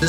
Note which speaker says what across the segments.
Speaker 1: 时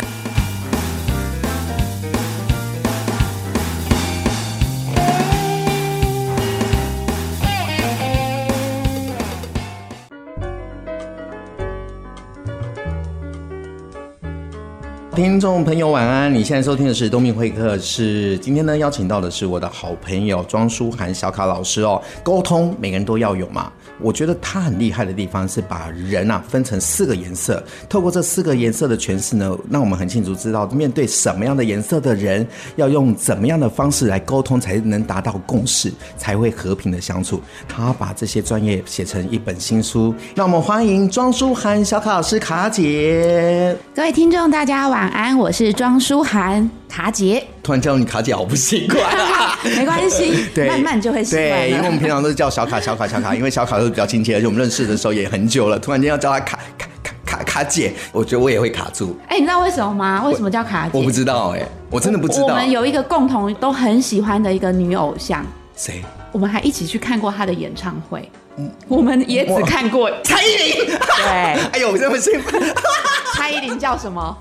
Speaker 2: 听众朋友晚安，你现在收听的是东明会客室。今天呢，邀请到的是我的好朋友庄舒涵小卡老师哦。沟通每个人都要有嘛，我觉得他很厉害的地方是把人啊分成四个颜色，透过这四个颜色的诠释呢，让我们很清楚知道面对什么样的颜色的人，要用怎么样的方式来沟通，才能达到共识，才会和平的相处。他把这些专业写成一本新书，让我们欢迎庄舒涵小卡老师卡姐。
Speaker 3: 各位听众，大家晚安，我是庄舒涵卡 姐，
Speaker 2: 突然叫你卡姐，好不习惯、啊。，
Speaker 3: 没关系
Speaker 2: 对，
Speaker 3: 慢慢就会习惯了。
Speaker 2: 对，因为我们平常都是叫小卡、小卡、小卡，因为 小卡都是比较亲切，而且我们认识的时候也很久了，突然间要叫她卡卡卡卡卡姐，我觉得我也会卡住。
Speaker 3: 哎、你知道为什么吗？为什么叫卡姐？
Speaker 2: 我不知道哎、我真的不知
Speaker 3: 我
Speaker 2: 道。
Speaker 3: 们有一个共同都很喜欢的一个女偶像，
Speaker 2: 谁？
Speaker 3: 我们还一起去看过她的演唱会。我们也只看过
Speaker 2: 蔡依林。
Speaker 3: 对
Speaker 2: 哎呦，我真的幸福。
Speaker 3: 蔡依林叫 什么？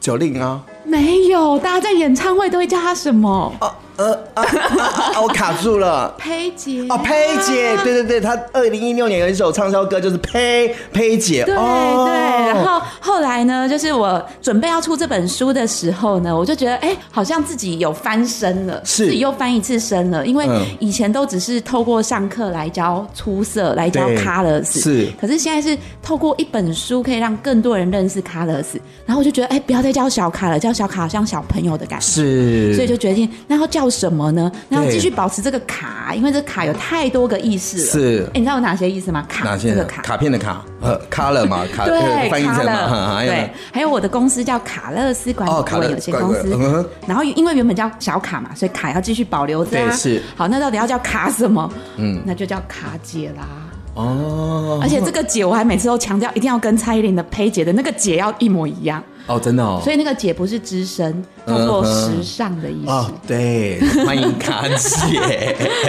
Speaker 2: 九令啊，
Speaker 3: 没有，大家在演唱会都会叫她什么？
Speaker 2: 哦呃啊啊啊我卡住了。
Speaker 3: 佩姐
Speaker 2: 哦，佩姐，
Speaker 3: 啊
Speaker 2: 对对对，她二零一六年有一首畅销歌，就是呸呸姐。
Speaker 3: 对
Speaker 2: 哦
Speaker 3: 对，然后后来呢，就是我准备要出这本书的时候呢，我就觉得，哎，好像自己有翻身了，
Speaker 2: 是
Speaker 3: 自己又翻一次身了，因为
Speaker 2: 嗯
Speaker 3: 以前都只是透过上课来教出色，来教
Speaker 2: 对
Speaker 3: colors，
Speaker 2: 是
Speaker 3: 可是现在是透过一本书可以让更多人认识 colors，然后我就觉得，哎，不要再叫小卡了，叫小卡好像小朋友的感觉。
Speaker 2: 是，
Speaker 3: 所以就决定，那要叫什么呢？那要
Speaker 2: 对
Speaker 3: 继续保持这个卡，因为这卡有太多个意思了。
Speaker 2: 是
Speaker 3: 哎，你知道有哪些意思吗？卡，
Speaker 2: 哪些
Speaker 3: 这个
Speaker 2: 呢
Speaker 3: 卡，
Speaker 2: 卡片的卡，呃，卡了嘛，卡
Speaker 3: 对，
Speaker 2: 翻译成
Speaker 3: 卡
Speaker 2: 嘛，
Speaker 3: 乐
Speaker 2: 嗯还有呢
Speaker 3: 对，还有我的公司叫卡乐斯管理
Speaker 2: 哦卡
Speaker 3: 顾
Speaker 2: 乐
Speaker 3: 问有限公
Speaker 2: 管理顾问嗯哼
Speaker 3: 司，然后因为原本叫小卡嘛，所以卡要继续保留着啊。
Speaker 2: 对是
Speaker 3: 好，那到底要叫卡什么？嗯，那就叫卡姐啦。
Speaker 2: 哦
Speaker 3: 而且这个姐，我还每次都强调，一定要跟蔡依林的佩姐的那个姐要一模一样，
Speaker 2: 哦，真的哦，
Speaker 3: 所以那个姐不是资深，叫做时尚的意思
Speaker 2: 哦。，对，欢迎卡姐。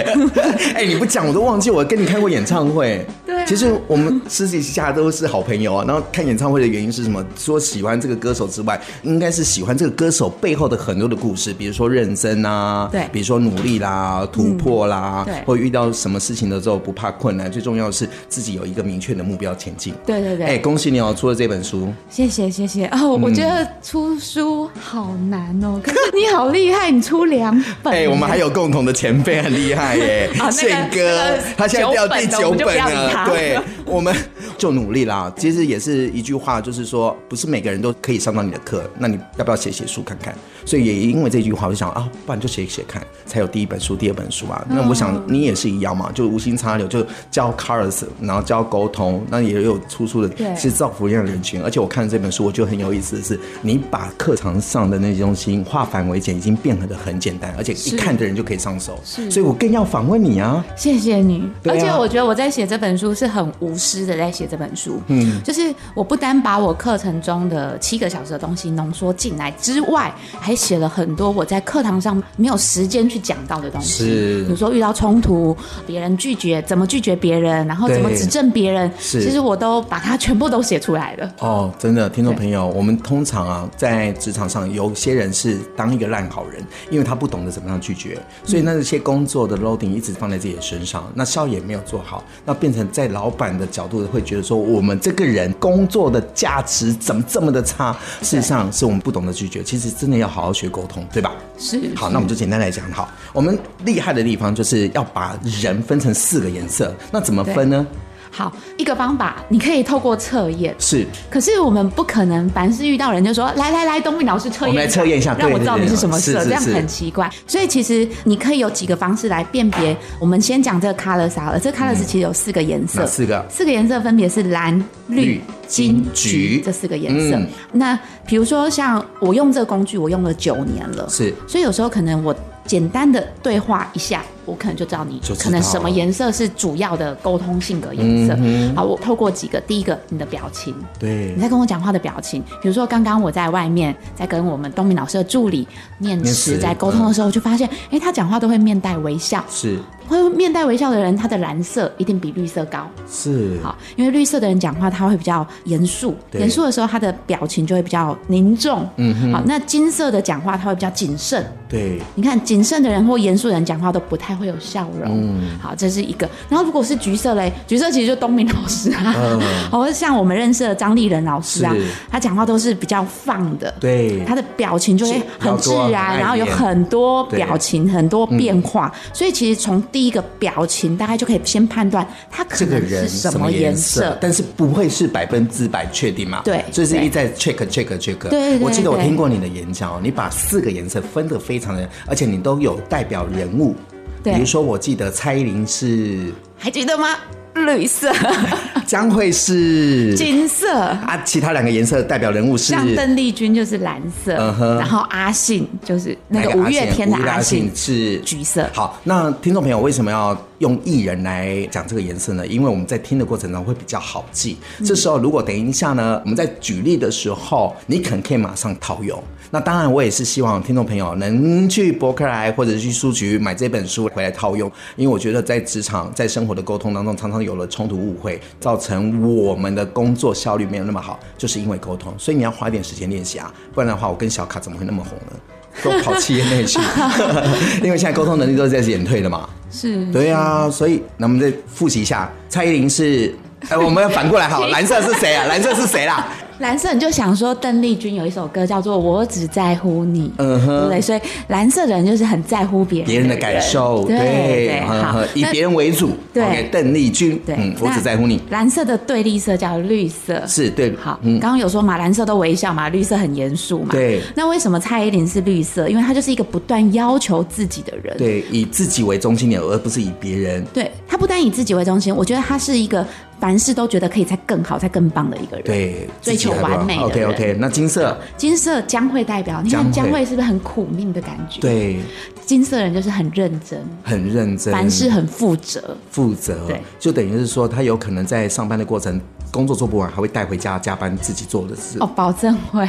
Speaker 2: 哎，你不讲我都忘记我跟你看过演唱会。
Speaker 3: 对啊
Speaker 2: 其实我们私底下都是好朋友啊。然后看演唱会的原因是什么？说喜欢这个歌手之外，应该是喜欢这个歌手背后的很多的故事，比如说认真啊，
Speaker 3: 对嗯
Speaker 2: 比如说努力啦、突破啦，
Speaker 3: 对
Speaker 2: 或遇到什么事情的时候不怕困难。最重要的是自己有一个明确的目标前进。
Speaker 3: 对对对
Speaker 2: 哎，恭喜你哦，出了这本书。
Speaker 3: 谢谢谢谢哦，我觉
Speaker 2: 嗯
Speaker 3: 得出书好难哦，可是你好厉害，你出两本
Speaker 2: 哎、
Speaker 3: 耶。
Speaker 2: 我们还有共同的前辈，很厉害耶
Speaker 3: 啊那，个
Speaker 2: 宪、
Speaker 3: 那
Speaker 2: 哥
Speaker 3: 个，
Speaker 2: 他现在掉第
Speaker 3: 九
Speaker 2: 九本
Speaker 3: 本了我们就不要理
Speaker 2: 了。
Speaker 3: 他
Speaker 2: 对，我们就努力啦。其实也是一句话，就是说，不是每个人都可以上到你的课，那你要不要写写书看看？所以也因为这句话，我就想啊，不然就写写看，才有第一本书、第二本书
Speaker 3: 嗯
Speaker 2: 啊。那我想你也是一样嘛，就无心插柳，就教 cars，然后教沟通，那也有出书
Speaker 3: 对
Speaker 2: 的，是造福一样的人群。而且我看这本书，我觉得很有意思的是，你把课堂上的那些东西化繁为简，已经变得很简单，而且一
Speaker 3: 是
Speaker 2: 看的人就可以上手。
Speaker 3: 是
Speaker 2: 所以我更要访问你啊。
Speaker 3: 谢谢你，
Speaker 2: 对啊
Speaker 3: 而且我觉得我在写这本书是很无私的在写这本书，嗯，就是我不单把我课程中的七个小时的东西浓缩进来之外，还写了很多我在课堂上没有时间去讲到的东西，
Speaker 2: 是
Speaker 3: 比如说遇到冲突，别人拒绝怎么拒绝别人，然后怎么
Speaker 2: 对
Speaker 3: 指正别人，
Speaker 2: 是
Speaker 3: 其实我都把它全部都写出来了。
Speaker 2: 哦，真的，听众朋友，我们通常啊，在职场上，有些人是当一个烂好人，因为他不懂得怎么样拒绝，所以那些工作的 loading 一直放在自己的身上，那效益也没有做好，那变成在老板的角度会觉得说，我们这个人工作的价值怎么这么的差？事实上，是我们不懂得拒绝，其实真的要好好学沟通，对吧？
Speaker 3: 是
Speaker 2: 好，那我们就简单来讲，好，我们厉害的地方就是要把人分成四个颜色，那怎么分呢？
Speaker 3: 好，一个方法，你可以透过测验，
Speaker 2: 是
Speaker 3: 可是我们不可能凡是遇到人就说来来来，东明老师测验
Speaker 2: 我
Speaker 3: 一下，
Speaker 2: 们来测验一下
Speaker 3: 让
Speaker 2: 对
Speaker 3: 我知道
Speaker 2: 对
Speaker 3: 你
Speaker 2: 对
Speaker 3: 是什么
Speaker 2: 是
Speaker 3: 色，
Speaker 2: 是
Speaker 3: 这样
Speaker 2: 是
Speaker 3: 很奇怪。所以其实你可以有几个方式来辨别。我们先讲这个 colors 好了，这 colors 其实有四个颜色，
Speaker 2: 哪四个
Speaker 3: 四个颜色分别是蓝、
Speaker 2: 绿
Speaker 3: 绿、金、
Speaker 2: 金橘
Speaker 3: 橘这四个颜色
Speaker 2: 嗯。
Speaker 3: 那比如说像我用这个工具，我用了九年了，
Speaker 2: 是
Speaker 3: 所以有时候可能我简单的对话一下，我可能就知道你
Speaker 2: 就知道
Speaker 3: 可能什么颜色是主要的沟通性格颜
Speaker 2: 嗯
Speaker 3: 色。好，我透过几个，第一个你的表情，
Speaker 2: 对
Speaker 3: 你在跟我讲话的表情，比如说刚刚我在外面在跟我们东明老师的助理念
Speaker 2: 念词
Speaker 3: 词在沟通的时候，就发现，哎、他讲话都会面带微笑。
Speaker 2: 是。
Speaker 3: 会面带微笑的人，他的蓝色一定比绿色高。
Speaker 2: 是，
Speaker 3: 好，因为绿色的人讲话他会比较严肃，
Speaker 2: 对
Speaker 3: 严肃的时候他的表情就会比较凝重。嗯，好，那金色的讲话他会比较谨慎。
Speaker 2: 对，
Speaker 3: 你看，谨慎的人或严肃的人讲话都不太会有笑容。
Speaker 2: 嗯
Speaker 3: 好，这是一个。然后如果是橘色嘞，橘色其实就东明老师啊， 好，或者像我们认识的张立人老师啊
Speaker 2: 嗯是，
Speaker 3: 他讲话都是比较放的，
Speaker 2: 对
Speaker 3: 他的表情就会很自
Speaker 2: 比较多很爱
Speaker 3: 然，
Speaker 2: 演
Speaker 3: 然后有很多表情、很多变化。
Speaker 2: 嗯
Speaker 3: 所以其实从第一个表情，大概就可以先判断他可
Speaker 2: 这个
Speaker 3: 能
Speaker 2: 人
Speaker 3: 是什么颜
Speaker 2: 颜
Speaker 3: 色。
Speaker 2: 但是不会是百分之百确定嘛？
Speaker 3: 对
Speaker 2: 所以是
Speaker 3: 对
Speaker 2: 一再 check check check。
Speaker 3: 对对
Speaker 2: 我记得我
Speaker 3: 对
Speaker 2: 听过你的演讲哦，你把四个颜色分得非常的，而且你都有代表人物。
Speaker 3: 对
Speaker 2: 比如说我记得蔡依林是，
Speaker 3: 还记得吗？绿 色、啊
Speaker 2: 将会是
Speaker 3: 金色。
Speaker 2: 啊，其他两个颜色的代表人物是
Speaker 3: 像邓丽君就是蓝色，
Speaker 2: 嗯哼
Speaker 3: 然后阿信就是那个
Speaker 2: 哪
Speaker 3: 五月天的
Speaker 2: 阿信
Speaker 3: 阿信
Speaker 2: 五月，是
Speaker 3: 橘色
Speaker 2: 好，那听众朋友为什么要用艺人来讲这个颜色呢？因为我们在听的过程中会比较好记。这时候如果等一下呢，我们在举例的时候，你可能可以马上套用。那当然，我也是希望听众朋友能去博客来或者去书局买这本书回来套用，因为我觉得在职场、在生活的沟通当中，常常有了冲突误会，造成我们的工作效率没有那么好，就是因为沟通。所以你要花一点时间练习啊，不然的话，我跟小卡怎么会那么红呢？都跑企业 内去，因为现在沟通能力都是在减退的嘛。
Speaker 3: 是
Speaker 2: 对啊，所以那我们再复习一下，蔡依林是，哎，我们要反过来 好，蓝色是谁啊？蓝色是谁啦？
Speaker 3: 蓝色。你就想说邓丽君有一首歌叫做《我只在乎你》，
Speaker 2: 嗯哼
Speaker 3: 对不对？所以蓝色的人就是很在乎别人
Speaker 2: 别人的感受，
Speaker 3: 对
Speaker 2: 对，呵
Speaker 3: 好
Speaker 2: 呵，以
Speaker 3: 那
Speaker 2: 别人为主。
Speaker 3: 对
Speaker 2: OK，邓丽君，
Speaker 3: 对，
Speaker 2: 嗯，我
Speaker 3: 那
Speaker 2: 只在乎你，
Speaker 3: 蓝色的对立色叫绿色，
Speaker 2: 是对，
Speaker 3: 好，
Speaker 2: 嗯
Speaker 3: 刚，刚有说嘛，蓝色都微笑嘛，绿色很严肃嘛。
Speaker 2: 对
Speaker 3: 那为什么蔡依林是绿色？因为她就是一个不断要求自己的人。
Speaker 2: 对，以自己为中心点，而不是以别人。
Speaker 3: 对他不单以自己为中心，我觉得他是一个凡事都觉得可以再更好、再更棒的一个人。，
Speaker 2: 对，
Speaker 3: 追求完美的
Speaker 2: OK OK，
Speaker 3: 人
Speaker 2: 那金色，
Speaker 3: 金色将会代表，你
Speaker 2: 将
Speaker 3: 看
Speaker 2: 会
Speaker 3: 将会是不是很苦命的感觉？，
Speaker 2: 对，
Speaker 3: 金色人就是很认真，
Speaker 2: 很认真，
Speaker 3: 凡事很负责。
Speaker 2: 负责，
Speaker 3: 对
Speaker 2: 就等于是说他有可能在上班的过程，工作做不完，还会带回家加班自己做的事。
Speaker 3: 哦，保证 会，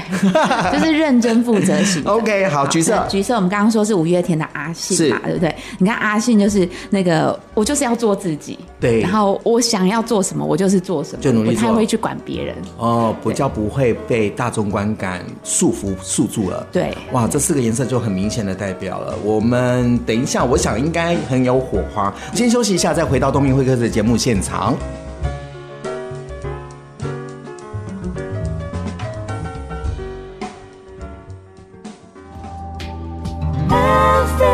Speaker 3: 就是认真负责型的。
Speaker 2: OK，好，哦橘色
Speaker 3: 那橘色，我们刚刚说是五月天的阿信嘛，
Speaker 2: 是
Speaker 3: 对不对？你看阿信就是那个，我就是要做自己，
Speaker 2: 对
Speaker 3: 然后我想要做什么，我就是做什么，
Speaker 2: 就努力
Speaker 3: 不太
Speaker 2: 做
Speaker 3: 会去管别人。
Speaker 2: 哦，不叫不会被大众观感束缚束住了。
Speaker 3: 对
Speaker 2: 哇，这四个颜色就很明显的代表了。我们等一下，我想应该很有火花。先休息一下，再回到东明会客的节目现场。
Speaker 4: FM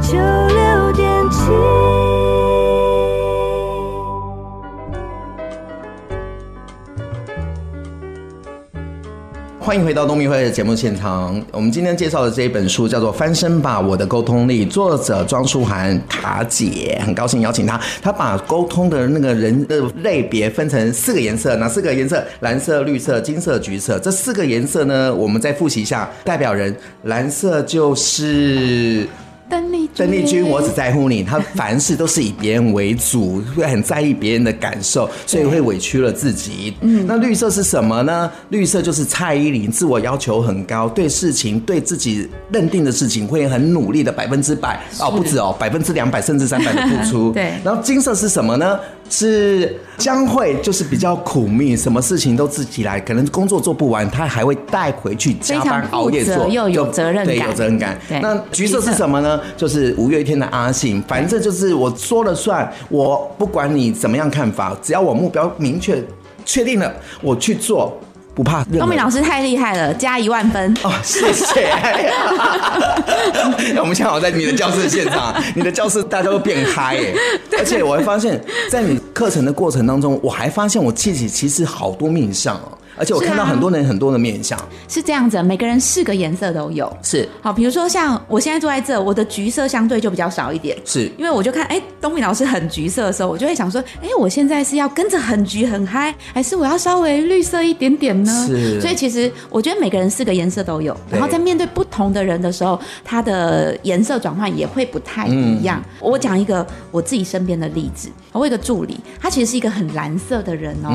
Speaker 4: 九六点七。
Speaker 2: 欢迎回到东明会的节目现场。我们今天介绍的这一本书叫做《翻身吧，我的沟通力》，作者庄淑涵卡姐，很高兴邀请她。她把沟通的那个人的类别分成四个颜色，哪四个颜色？蓝色、绿色、金色、橘色。这四个颜色呢，我们再复习一下代表人。蓝色就是
Speaker 3: 邓丽君，
Speaker 2: 邓丽君，我只在乎你。她凡事都是以别人为主，会很在意别人的感受，所以会委屈了自己。嗯，那绿色是什么呢？绿色就是蔡依林，自我要求很高，对事情、对自己认定的事情会很努力的百分之百哦，不止哦，百分之两百甚至三百的付出。
Speaker 3: 对
Speaker 2: 然后金色是什么呢？是将会就是比较苦命，什么事情都自己来，可能工作做不完，她还会带回去加
Speaker 3: 非常
Speaker 2: 班
Speaker 3: 负
Speaker 2: 熬夜
Speaker 3: 责
Speaker 2: 做，
Speaker 3: 又有
Speaker 2: 就
Speaker 3: 责任
Speaker 2: 对，
Speaker 3: 感
Speaker 2: 有责任感。
Speaker 3: 对
Speaker 2: 那橘色
Speaker 3: 橘
Speaker 2: 是什
Speaker 3: 色
Speaker 2: 么？什么呢？就是五月天的阿信，反正就是我说了算，我不管你怎么样看法，只要我目标明确确定了，我去做，不怕任何。
Speaker 3: 东明老师太厉害了，加一万分。
Speaker 2: 哦，谢谢。 我们现在好在你的教室现场，你的教室大家都变嗨 耶！而且我还发现，在你课程的过程当中，我还发现我自己其实好多面相哦，而且我
Speaker 3: 是啊
Speaker 2: 看到很多人很多的面相，
Speaker 3: 是这样子，啊每个人四个颜色都有。
Speaker 2: 是
Speaker 3: 好，比如说像我现在坐在这，我的橘色相对就比较少一点，
Speaker 2: 是
Speaker 3: 因为我就看，哎、东明老师很橘色的时候，我就会想说，哎、我现在是要跟着很橘很嗨，还是我要稍微绿色一点点呢？
Speaker 2: 是
Speaker 3: 所以其实我觉得每个人四个颜色都有，
Speaker 2: 对
Speaker 3: 然后在面对不同的人的时候，它的颜色转换也会不太一样。
Speaker 2: 嗯
Speaker 3: 我讲一个我自己身边的
Speaker 2: 嗯
Speaker 3: 例子，我有一个助理，他其实是一个很蓝色的人哦，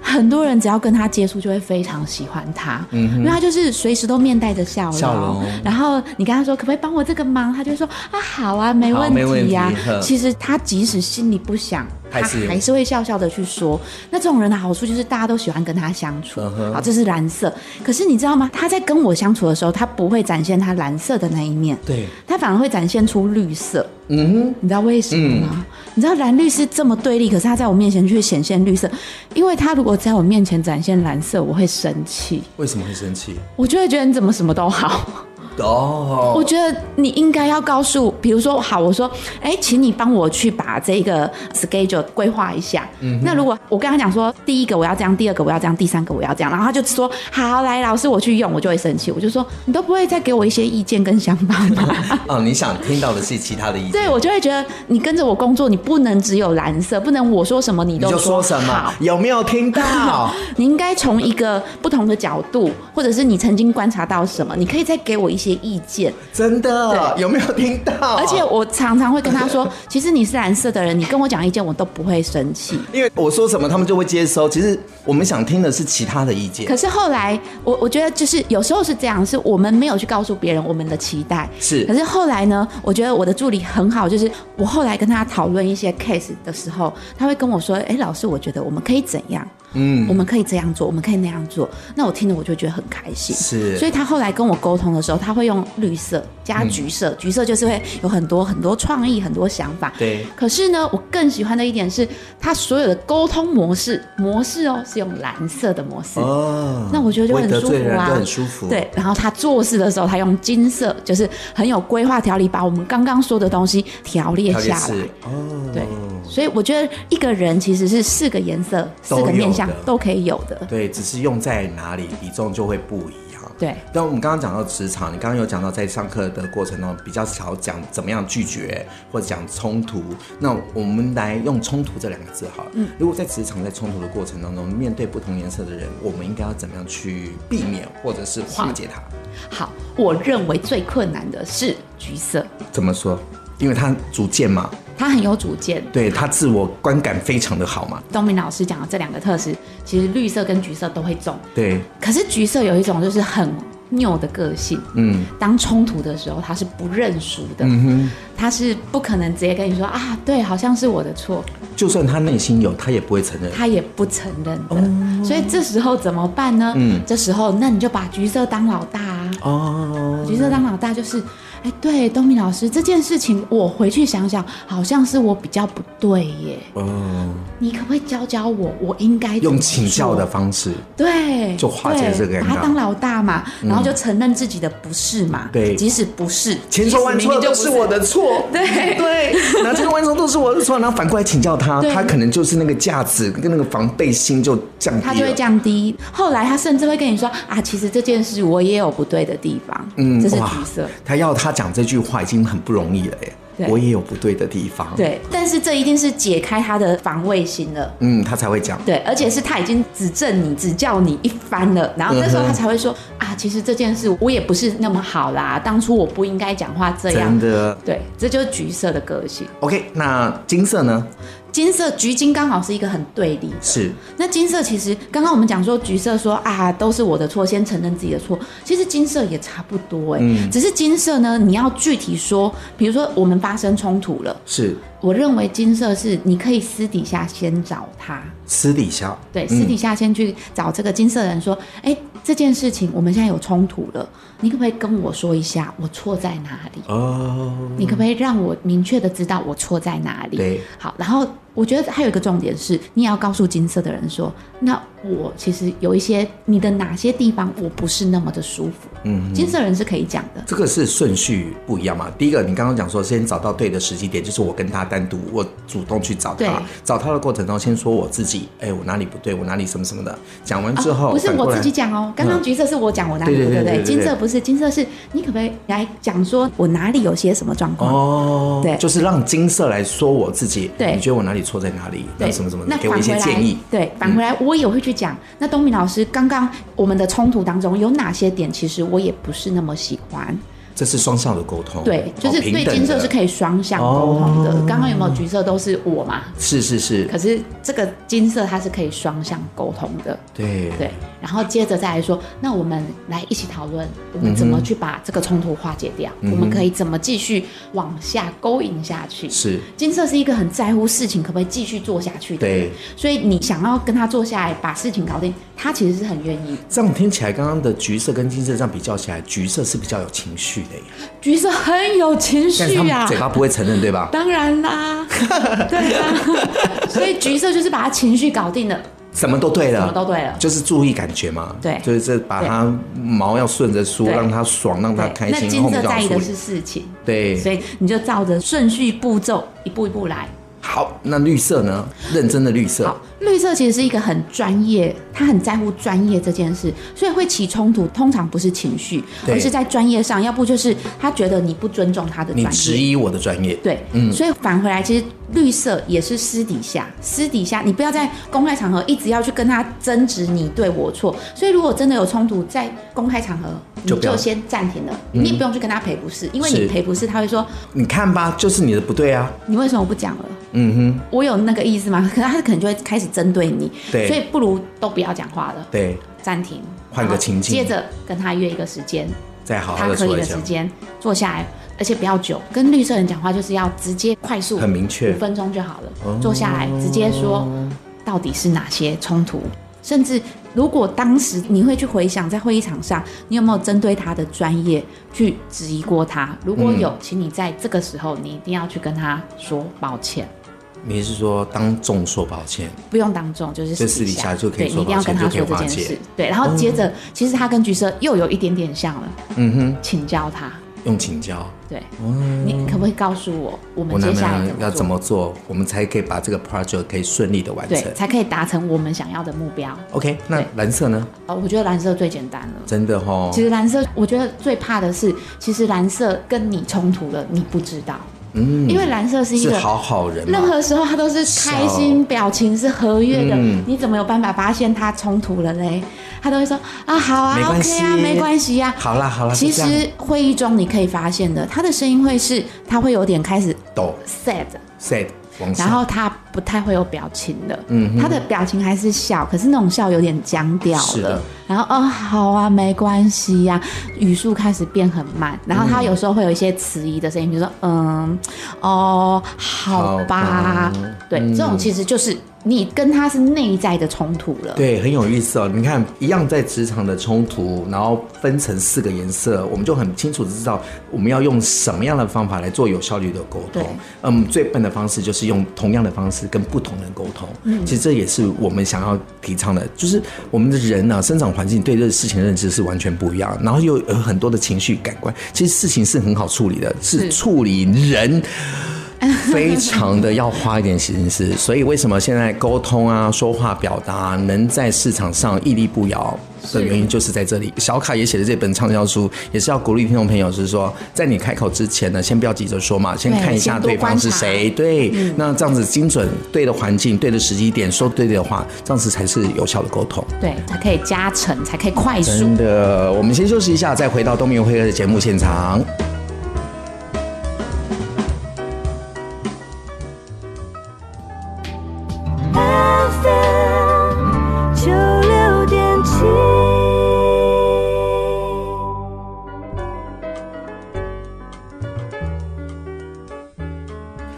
Speaker 3: 很多人只要跟他接触。触就会非常喜欢他，因为他就是随时都面带着笑容，
Speaker 2: 嗯笑容
Speaker 3: 然后你跟他说可不可以帮我这个忙，他就会说啊好啊，没
Speaker 2: 好
Speaker 3: 问
Speaker 2: 没问
Speaker 3: 题呀、
Speaker 2: 题呵
Speaker 3: 其实他即使心里不想，
Speaker 2: 还
Speaker 3: 他
Speaker 2: 是
Speaker 3: 还是会笑笑的去说。那这种人的好处就是大家都喜欢跟他相处，
Speaker 2: 嗯哼
Speaker 3: 好，这是蓝色。可是你知道吗？他在跟我相处的时候，他不会展现他蓝色的那一面，
Speaker 2: 对，
Speaker 3: 他反而会展现出绿色。
Speaker 2: 嗯
Speaker 3: 你知道为什么吗？你知道蓝绿是这么对立，可是他在我面前却显现绿色，因为他如果在我面前展现蓝色，我会生气，
Speaker 2: 哼，为什么会生气？
Speaker 3: 我就会觉得你怎么什么都好。
Speaker 2: 哦，
Speaker 3: 我觉得你应该要告诉，比如说，好，我说，哎、请你帮我去把这个 schedule 规划一下。那如果我跟他讲说，第一个我要这样，第二个我要这样，第三个我要这样，然后他就说，好，来，老师我去用，我就会生气。我就说，你都不会再给我一些意见跟想法 吗？
Speaker 2: 哦，你想听到的是其他的意见，
Speaker 3: 对，我就会觉得你跟着我工作，你不能只有蓝色，不能我说什么你
Speaker 2: 你
Speaker 3: 都
Speaker 2: 就说什
Speaker 3: 好
Speaker 2: 么？有没有听 到？
Speaker 3: 你应该从一个不同的角度，或者是你曾经观察到什么，你可以再给我一些意见。
Speaker 2: 真的
Speaker 3: 对
Speaker 2: 有没有听到？
Speaker 3: 而且我常常会跟他说，其实你是蓝色的人，你跟我讲意见，我都不会生气。
Speaker 2: 因为我说什么，他们就会接收。其实我们想听的是其他的意见
Speaker 3: 可。是后来，我我觉得就是有时候是这样，是我们没有去告诉别人我们的期待。
Speaker 2: 是
Speaker 3: 可是后来呢，我觉得我的助理很好，就是我后来跟他讨论一些 case 的时候，他会跟我说：“哎、老师，我觉得我们可以怎样？嗯，我们可以这样做，我们可以那样做。”那我听了我就觉得很开心。
Speaker 2: 是
Speaker 3: 所以他后来跟我沟通的时候，他会用绿色加橘色，
Speaker 2: 嗯
Speaker 3: 橘色就是会有很多很多创意、很多想法。
Speaker 2: 对
Speaker 3: 可是呢，我更喜欢的一点是，他所有的沟通模式模式哦，是用蓝色的模式。
Speaker 2: 哦
Speaker 3: 那我觉得就
Speaker 2: 不会
Speaker 3: 很
Speaker 2: 得
Speaker 3: 舒
Speaker 2: 罪
Speaker 3: 服
Speaker 2: 人
Speaker 3: 啊，
Speaker 2: 就很舒服。
Speaker 3: 对，，然后他做事的时候，他用金色，就是很有规划条理，把我们刚刚说的东西条列
Speaker 2: 条件
Speaker 3: 下
Speaker 2: 是
Speaker 3: 来。
Speaker 2: 哦，
Speaker 3: 对，所以我觉得一个人其实是四个颜色、
Speaker 2: 都
Speaker 3: 四个面相
Speaker 2: 有的
Speaker 3: 都可以有的。
Speaker 2: 对，只是用在哪里，比重就会不一样。
Speaker 3: 对
Speaker 2: 但我们刚刚讲到职场，你刚刚有讲到在上课的过程中比较少讲怎么样拒绝或者讲冲突。那我们来用冲突这两个字好了。嗯，如果在职场在冲突的过程当中，面对不同颜色的人，我们应该要怎么样去避免或者是化解它？
Speaker 3: 好，我认为最困难的是橘色，
Speaker 2: 怎么说？因为他主见嘛，
Speaker 3: 他很有主见。
Speaker 2: 对他自我观感非常的好嘛。
Speaker 3: 东明老师讲的这两个特质，其实绿色跟橘色都会中，
Speaker 2: 对，
Speaker 3: 可是橘色有一种就是很拗的个性，
Speaker 2: 嗯，
Speaker 3: 当冲突的时候，他是不认输的，他是不可能直接跟你说啊，对，好像是我的错，
Speaker 2: 就算他内心有，他也不会承认。
Speaker 3: 他也不承认的，
Speaker 2: 哦
Speaker 3: 所以这时候怎么办呢？这时候那你就把橘色当老大啊，
Speaker 2: 嗯哦，
Speaker 3: 橘色当老大就是，哎，对，东明老师这件事情，我回去想想，好像是我比较不对耶，
Speaker 2: 哦，
Speaker 3: 你可不可以教教我，我应该怎么
Speaker 2: 用请教的
Speaker 3: 做
Speaker 2: 方式。
Speaker 3: 对，
Speaker 2: 就化解
Speaker 3: 对
Speaker 2: 这个尴尬
Speaker 3: 把他当老大嘛，然后就承认自己的不是嘛，
Speaker 2: 对
Speaker 3: 即使不是，
Speaker 2: 千错万
Speaker 3: 即使
Speaker 2: 错
Speaker 3: 明明就
Speaker 2: 都
Speaker 3: 不
Speaker 2: 是我的 错，
Speaker 3: 对
Speaker 2: 对，然后千错万错都是我的错，然后反过来请教他，
Speaker 3: 对
Speaker 2: 他可能就是那个架子跟那个防备心就降低
Speaker 3: 他
Speaker 2: 了，
Speaker 3: 就会降低。后来他甚至会跟你说啊，其实这件事我也有不对的地方，嗯，这是
Speaker 2: 哇
Speaker 3: 橘色。
Speaker 2: 他要他讲这句话已经很不容易了耶
Speaker 3: 对，
Speaker 2: 我也有不对的地方，，
Speaker 3: 对，但是这一定是解开他的防卫心了。
Speaker 2: 嗯，他才会讲，
Speaker 3: 对，而且是他已经指正你、指教你一番了，然后这时候
Speaker 2: 嗯
Speaker 3: 他
Speaker 2: 哼
Speaker 3: 才会说、啊，其实这件事我也不是那么好啦，当初我不应该讲话这样
Speaker 2: 真。的。
Speaker 3: 对，这就是橘色的个性。
Speaker 2: OK，那金色呢？
Speaker 3: 金色橘金刚好是一个很对立的，
Speaker 2: 是
Speaker 3: 那金色其实刚刚我们讲说橘色说啊都是我的错，先承认自己的错，其实金色也差不多哎、只是金色呢你要具体说，比如说我们发生冲突了，
Speaker 2: 是，
Speaker 3: 我认为金色是你可以私底下先找他，
Speaker 2: 私底下
Speaker 3: 对，私底下先去找这个金色人说，哎、这件事情我们现在有冲突了，你可不可以跟我说一下我错在哪里？
Speaker 2: 哦，
Speaker 3: 你可不可以让我明确的知道我错在哪里？
Speaker 2: 对，
Speaker 3: 好，然后我觉得还有一个重点是，你也要告诉金色的人说，那我其实有一些你的哪些地方我不是那么的舒服，嗯，金色人是可以讲的，
Speaker 2: 这个是顺序不一样嘛？第一个，你刚刚讲说先找到对的时机点，就是我跟他单独，我主动去找
Speaker 3: 对
Speaker 2: 他，找他的过程中，先说我自己，哎，我哪里不对，我哪里什么什么的。讲完
Speaker 3: 啊
Speaker 2: 之后，
Speaker 3: 不是
Speaker 2: 反过
Speaker 3: 我
Speaker 2: 来嗯
Speaker 3: 自己，讲哦，刚刚橘色是我讲我哪里
Speaker 2: 对
Speaker 3: 不
Speaker 2: 对对
Speaker 3: 对不
Speaker 2: 对对
Speaker 3: 对，金色不是，金色是你可不可以来讲说我哪里有些什么状况？
Speaker 2: 哦，
Speaker 3: 对
Speaker 2: 就是让金色来说我自己，
Speaker 3: 对
Speaker 2: 你觉得我哪里错在哪里，那
Speaker 3: 对，
Speaker 2: 什么什么的，
Speaker 3: 那
Speaker 2: 给我一些
Speaker 3: 返回来
Speaker 2: 建议。嗯
Speaker 3: 对，返回来我也会去讲。那东明老师，刚刚我们的冲突当中有哪些点，其实我也不是那么喜欢。
Speaker 2: 这是双向的沟通，
Speaker 3: 对，就
Speaker 2: 好
Speaker 3: 是
Speaker 2: 平
Speaker 3: 对
Speaker 2: 等
Speaker 3: 金色
Speaker 2: 的哦
Speaker 3: 是可以双向沟通的。刚刚有没有橘色都是我嘛？
Speaker 2: 是是是
Speaker 3: 可，是这个金色它是可以双向沟通的，
Speaker 2: 对
Speaker 3: 对。然后接着再来说，那我们来一起讨论，我们怎么去把这个冲突化解掉？
Speaker 2: 嗯
Speaker 3: 我们可以怎么继续往下勾引下去？
Speaker 2: 是
Speaker 3: 金色是一个很在乎事情可不可以继续做下去的人
Speaker 2: 对，
Speaker 3: 所以你想要跟他坐下来把事情搞定，他其实是很愿意的。
Speaker 2: 这样听起来，刚刚的橘色跟金色这样比较起来，橘色是比较有情绪的耶，
Speaker 3: 橘色很有情
Speaker 2: 但是
Speaker 3: 绪
Speaker 2: 他
Speaker 3: 啊
Speaker 2: 们嘴，巴不会承认，对吧？
Speaker 3: 当 然啦，对啊，所以橘色就是把他情绪搞定了，
Speaker 2: 什么都对了，
Speaker 3: 什么都对了
Speaker 2: 就是注意感觉嘛。
Speaker 3: 对
Speaker 2: 就是这把它毛要顺着梳，
Speaker 3: 对
Speaker 2: 让它爽，让它
Speaker 3: 对，
Speaker 2: 开
Speaker 3: 那
Speaker 2: 心，
Speaker 3: 金
Speaker 2: 后面
Speaker 3: 色
Speaker 2: 就好
Speaker 3: 在意
Speaker 2: 处
Speaker 3: 的
Speaker 2: 理
Speaker 3: 是。事情，所
Speaker 2: 对，
Speaker 3: 以你就照着顺序步骤一步一步来。
Speaker 2: 好，那绿色呢？认真的绿色
Speaker 3: 好，，绿色其实是一个很专业，他很在乎专业这件事，所以会起冲突，通常不是情绪，
Speaker 2: 对
Speaker 3: 而是在专业上，要不就是他觉得你不尊重他的
Speaker 2: 你
Speaker 3: 专
Speaker 2: 质
Speaker 3: 业。
Speaker 2: 疑我的专业，
Speaker 3: 对，所以返回来，其实绿色也是私底下，私底下你不要在公开场合一直要去跟他争执你对我错。所以如果真的有冲突，在公开场合你
Speaker 2: 就不要嗯
Speaker 3: 就先暂停了，你也不用去跟他赔不是，因为
Speaker 2: 是
Speaker 3: 你赔不是，他会说
Speaker 2: 你看吧，就是你的不对啊。
Speaker 3: 你为什么不讲了？
Speaker 2: 嗯哼，
Speaker 3: 我有那个意思吗？可 能他可能就会开始针对你，
Speaker 2: 对
Speaker 3: 所以不如都不要讲话了，
Speaker 2: 对，
Speaker 3: 暂停，
Speaker 2: 换个
Speaker 3: 然后
Speaker 2: 情境
Speaker 3: 接着跟他约一个时间，
Speaker 2: 再好好
Speaker 3: 他
Speaker 2: 的
Speaker 3: 可以
Speaker 2: 说一
Speaker 3: 的
Speaker 2: 下
Speaker 3: 时。间坐下来，而且不要久。跟绿色人讲话就是要直接、快速，
Speaker 2: 很明确
Speaker 3: 五分钟就好了，坐下来直接说到底是哪些冲突，甚至。如果当时你会去回想，在会议场上，你有没有针对他的专业去质疑过他？如果有，请你在这个时候，你一定要去跟他说抱歉。
Speaker 2: 嗯你是说当众说抱歉？
Speaker 3: 不用当众，就是
Speaker 2: 就
Speaker 3: 私
Speaker 2: 私底下就可以
Speaker 3: 对，你一定
Speaker 2: 说
Speaker 3: 要
Speaker 2: 抱歉
Speaker 3: 跟
Speaker 2: 就
Speaker 3: 他
Speaker 2: 可以
Speaker 3: 说这
Speaker 2: 化
Speaker 3: 件
Speaker 2: 解
Speaker 3: 事。对，然后接着，其实他跟橘色又有一点点像了，
Speaker 2: 嗯哼，
Speaker 3: 请教他。
Speaker 2: 用请教。
Speaker 3: 对，你可不可以告诉我，我
Speaker 2: 哦我
Speaker 3: 们接
Speaker 2: 男
Speaker 3: 下来
Speaker 2: 朋友
Speaker 3: 怎么
Speaker 2: 要
Speaker 3: 做
Speaker 2: 怎么做，我们才可以把这个 project 可以顺利的完
Speaker 3: 对，
Speaker 2: 成
Speaker 3: 才可以达成我们想要的目标？
Speaker 2: ？OK，那
Speaker 3: 对
Speaker 2: 蓝色呢？
Speaker 3: 呃，我觉得蓝色最简单了。
Speaker 2: 真的哦，
Speaker 3: 其实蓝色，我觉得最怕的是，其实蓝色跟你冲突了，你不知道，
Speaker 2: 嗯，
Speaker 3: 因为蓝色是一
Speaker 2: 是
Speaker 3: 个
Speaker 2: 好好人嘛
Speaker 3: 任，何时候他都是开心，表情是和悦的，
Speaker 2: 嗯
Speaker 3: 你怎么有办法发现他冲突了嘞？他都会说啊，好啊
Speaker 2: 没关
Speaker 3: ，OK
Speaker 2: 系
Speaker 3: 啊，没关系啊。
Speaker 2: 好啦好啦，
Speaker 3: 其
Speaker 2: 就这样
Speaker 3: 实会议中你可以发现的，他的声音会是他会有点开始
Speaker 2: 抖
Speaker 3: sad，
Speaker 2: sad 往上，
Speaker 3: 然后他不太会有表情了。
Speaker 2: 嗯哼
Speaker 3: 他的表情还是笑，可是那种笑有点僵掉
Speaker 2: 是
Speaker 3: 了
Speaker 2: 的。
Speaker 3: 然后哦，好啊，没关系呀、语速开始变很慢。然后他
Speaker 2: 嗯
Speaker 3: 有时候会有一些迟疑的声音，比如说嗯，哦，好
Speaker 2: 好
Speaker 3: 吧
Speaker 2: 吧，嗯
Speaker 3: 对，这种其实就是你跟他是内在的冲突了。
Speaker 2: 对，很有意思哦。你看，一样在职场的冲突，然后分成四个颜色，我们就很清楚地知道我们要用什么样的方法来做有效率的沟
Speaker 3: 对
Speaker 2: 通。嗯，最笨的方式就是用同样的方式跟不同人沟通。嗯，其实这也是我们想要提倡的，就是我们的人呢、生长环境对这个事情的认知是完全不一样，然后又有很多的情绪感官。其实事情是很好处理的，
Speaker 3: 是
Speaker 2: 是处理人。非常的要花一点心思，所以为什么现在沟通啊、说话表达啊、能在市场上屹立不摇的原因就是在这里。小卡也写的这本畅销书，也是要鼓励听众朋友，是说在你开口之前呢，先不要急着说嘛，先
Speaker 3: 对
Speaker 2: 看一下
Speaker 3: 先多
Speaker 2: 对方是
Speaker 3: 观察嗯
Speaker 2: 谁，对，那这样子精准、对的环境、对的时机点说对的话，这样子才是有效的沟通。
Speaker 3: 对，才可以加成，才可以快速
Speaker 2: 真。的，我们先休息一下，再回到东明会客的节目现场。
Speaker 4: FM 九六点七。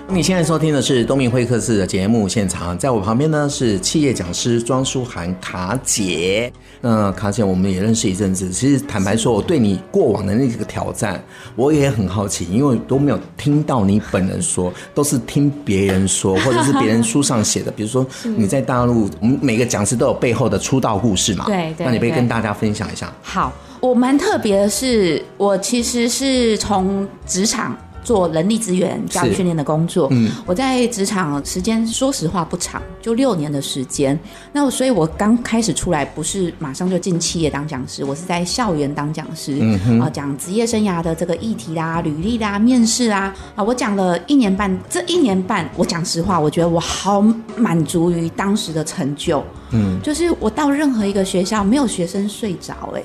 Speaker 2: 你现在收听的是东明会客室的节目现场，在我旁边呢是企业讲师庄淑涵卡姐。那卡姐，我们也认识一阵子，其实坦白说，我对你过往的那个挑战，我也很好奇，因为都没有听到你本人说，都是听别人说，或者是别人书上写的。比如说你在大陆，我们每个讲师都有背后的出道故事嘛，
Speaker 3: 对对
Speaker 2: 那你可以
Speaker 3: 对
Speaker 2: 跟大家分享一下。
Speaker 3: 好，我蛮特别的是，我其实是从职场。做人力资源教育
Speaker 2: 是
Speaker 3: 训练的工作，
Speaker 2: 嗯
Speaker 3: 我在职场时间说实话不长，就六年的时间。那我所以，我刚开始出来不是马上就进企业当讲师，我是在校园当讲师，
Speaker 2: 嗯
Speaker 3: 啊、讲职业生涯的这个议题啦、履历啦、面试啦，啊，我讲了一年半。这一年半，我讲实话，我觉得我好满足于当时的成就，嗯，就是我到任何一个学校，没有学生睡着、哎，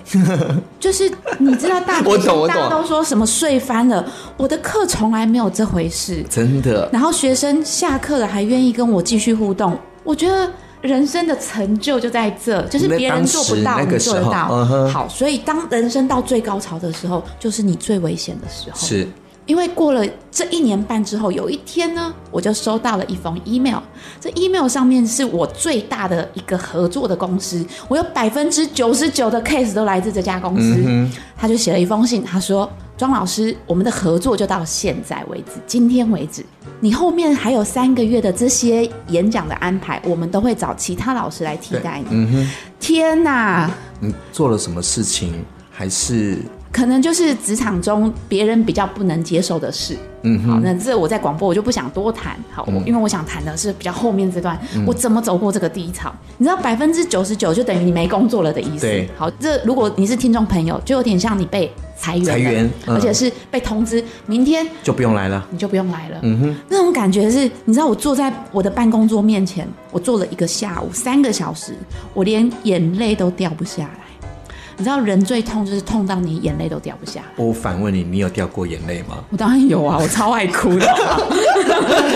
Speaker 3: 就是你知道大
Speaker 2: 我懂我
Speaker 3: 大
Speaker 2: 懂
Speaker 3: 家都说什么睡翻了，我的课从来没有这回事。
Speaker 2: 真的，
Speaker 3: 然后学生下课了还愿意跟我继续互动，我觉得人生的成就就在这，就是
Speaker 2: 那
Speaker 3: 别人
Speaker 2: 当时
Speaker 3: 做不到，
Speaker 2: 那个
Speaker 3: 你做得
Speaker 2: 时候
Speaker 3: 到。
Speaker 2: 嗯哼
Speaker 3: 好，所以当人生到最高潮的时候，就是你最危险的时候。
Speaker 2: 是
Speaker 3: 因为过了这一年半之后，有一天呢，我就收到了一封 email。这 email 上面是我最大的一个合作的公司，我有百分之九十九的 case 都来自这家公司。他就写了一封信，他说：“庄老师，我们的合作就到现在为止，今天为止，你后面还有三个月的这些演讲的安排，我们都会找其他老师来替代你。天哪！
Speaker 2: 你做了什么事情，还是
Speaker 3: 可能就是职场中别人比较不能接受的事。嗯，好，那这我在广播我就不想多谈，好，
Speaker 2: 嗯
Speaker 3: 我因为我想谈的是比较后面这段，我怎么走过这个低潮。你知道百分之九十九就等于你没工作了的意思
Speaker 2: 对。
Speaker 3: 好，这如果你是听众朋友，就有点像你被裁员了，
Speaker 2: 裁员嗯
Speaker 3: 而且是被通知明天
Speaker 2: 就不用来了？
Speaker 3: 你就不用来了。嗯哼，那种感觉是，你知道，我坐在我的办公桌面前，我坐了一个下午，三个小时，我连眼泪都掉不下来。你知道，人最痛就是痛到你眼泪都掉不下来。
Speaker 2: 我反问你，你有掉过眼泪吗？
Speaker 3: 我当然有啊，我超爱哭 的，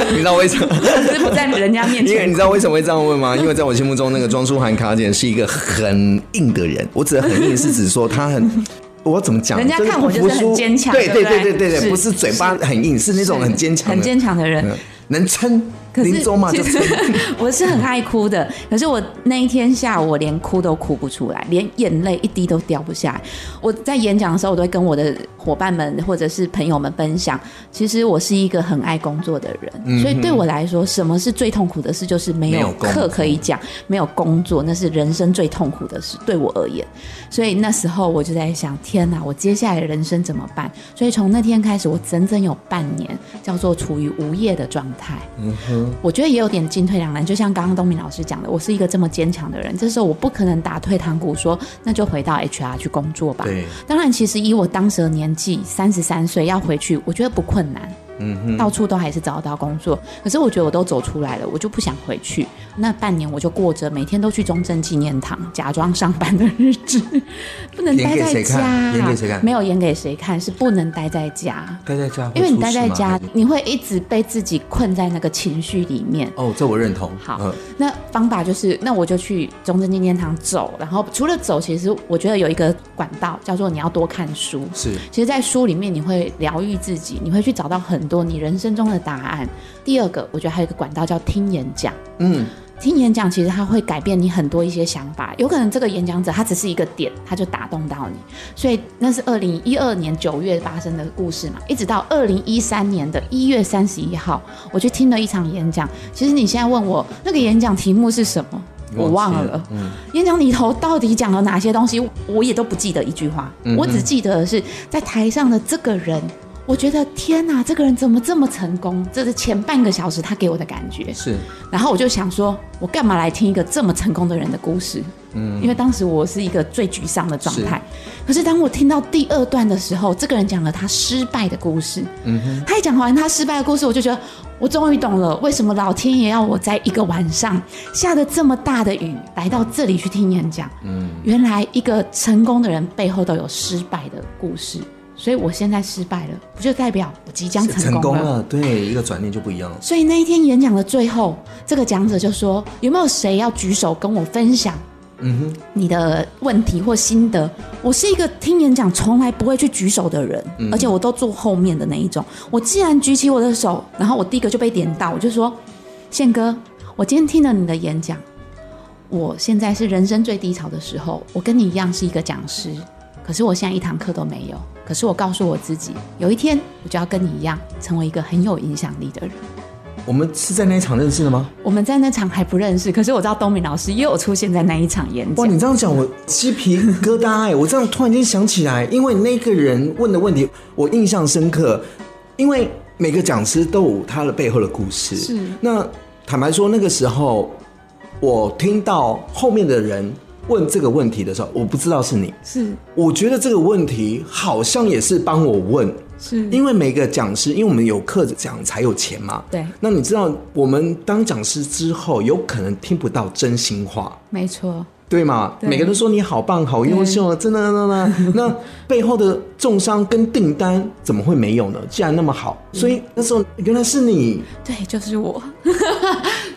Speaker 2: 你知道为什么？
Speaker 3: 只是不在人家面
Speaker 2: 因为
Speaker 3: 前
Speaker 2: 你知道为什么会这样问吗？因为在我心目中，那个庄舒涵卡姐是一个很硬的人。我指的很硬是指说她很。我怎么讲？
Speaker 3: 人家
Speaker 2: 是
Speaker 3: 看我
Speaker 2: 不服
Speaker 3: 就是很
Speaker 2: 输
Speaker 3: 坚强
Speaker 2: 对
Speaker 3: 对不
Speaker 2: 对
Speaker 3: 对
Speaker 2: 对对对，
Speaker 3: 是
Speaker 2: 不是嘴巴很硬，是那种很坚强的，
Speaker 3: 很坚强的人。
Speaker 2: 嗯，能撑。
Speaker 3: 可是
Speaker 2: 临走嘛就
Speaker 3: 其实
Speaker 2: 撑。
Speaker 3: 我是很爱哭的，可是我那一天下午我连哭都哭不出来，连眼泪一滴都掉不下来。我在演讲的时候，我都会跟我的伙伴们或者是朋友们分享，其实我是一个很爱工作的人，
Speaker 2: 嗯
Speaker 3: 所以对我来说，什么是最痛苦的事，就是没
Speaker 2: 没有
Speaker 3: 有
Speaker 2: 工作
Speaker 3: 课可以讲，没有工作，那是人生最痛苦的事，对我而言。所以那时候我就在想，天哪，我接下来的人生怎么办？所以从那天开始，我整整有半年叫做处于无业的状态。我觉得也有点进退两难，就像刚刚东明老师讲的，我是一个这么坚强的人，这时候我不可能打退堂鼓说那就回到 HR 去工作吧。
Speaker 2: 对，
Speaker 3: 当然，其实以我当时的年纪，三十三岁要回去，我觉得不困难。嗯，到处都还是找得到工作，可是我觉得我都走出来了，我就不想回去。那半年我就过着每天都去中正纪念堂假装上班的日子， 不能
Speaker 2: 演
Speaker 3: 待
Speaker 2: 给
Speaker 3: 在
Speaker 2: 谁看
Speaker 3: 家。
Speaker 2: 演给谁看
Speaker 3: 没有演给谁看，是不能待在家。
Speaker 2: 待在家会出事吗，
Speaker 3: 因为你待在家，你会一直被自己困在那个情绪里面。
Speaker 2: 哦，这我认同。
Speaker 3: 好
Speaker 2: 嗯，
Speaker 3: 那方法就是，那我就去中正纪念堂走，然后除了走，其实我觉得有一个管道叫做你要多看书。
Speaker 2: 是
Speaker 3: 其实，在书里面你会疗愈自己，你会去找到很多你人生中的答案。第二个，我觉得还有一个管道叫听演讲。
Speaker 2: 嗯，
Speaker 3: 听演讲其实它会改变你很多一些想法，有可能这个演讲者他只是一个点，他就打动到你，所以那是二零一二年九月发生的故事嘛，一直到二零一三年的一月三十一号，我去听了一场演讲。其实你现在问我那个演讲题目是什么，我忘
Speaker 2: 忘记
Speaker 3: 了。演讲里头到底讲了哪些东西，我也都不记得一句话，我只记得的是在台上的这个人。我觉得天哪，这个人怎么这么成功？这是前半个小时他给我的感觉。
Speaker 2: 是
Speaker 3: 然后我就想说，我干嘛来听一个这么成功的人的故事？嗯，因为当时我是一个最沮丧的状态。可是当我听到第二段的时候，这个人讲了他失败的故事。嗯哼，他一讲完他失败的故事，我就觉得我终于懂了，为什么老天爷要我在一个晚上下着这么大的雨来到这里去听演讲。嗯，原来一个成功的人背后都有失败的故事。所以我现在失败了，不就代表我即将
Speaker 2: 成功了，对，一个转念就不一样了。
Speaker 3: 所以那一天演讲的最后，这个讲者就说：“有没有谁要举手跟我分享？”你的问题或心得，我是一个听演讲从来不会去举手的人，而且我都坐后面的那一种。我既然举起我的手，然后我第一个就被点到，我就说：“宪哥，我今天听了你的演讲，我现在是人生最低潮的时候，我跟你一样是一个讲师，可是我现在一堂课都没有。可是我告诉我自己，有一天我就要跟你一样，成为一个很有影响力的人。”
Speaker 2: 我们是在那一场认识的吗？
Speaker 3: 我们在那场还不认识，可是我知道东明老师也有出现在那一场演
Speaker 2: 哇，
Speaker 3: 讲。
Speaker 2: 你这样讲，我鸡皮疙瘩哎、我这样突然间想起来，因为那个人问的问题，我印象深刻，因为每个讲师都有他的背后的故事。
Speaker 3: 是
Speaker 2: 那坦白说，那个时候我听到后面的人问这个问题的时候，我不知道是你，
Speaker 3: 是
Speaker 2: 我觉得这个问题好像也是帮我问，
Speaker 3: 是
Speaker 2: 因为每个讲师，因为我们有课讲才有钱嘛。
Speaker 3: 对
Speaker 2: 那你知道，我们当讲师之后，有可能听不到真心话，
Speaker 3: 没错，
Speaker 2: 对吗？
Speaker 3: 对
Speaker 2: 每个人都说你好棒、好优秀啊，真的真的。 真的那背后的重伤跟订单怎么会没有呢？既然那么好，
Speaker 3: 嗯
Speaker 2: 所以那时候原来是你，
Speaker 3: 对，就是我。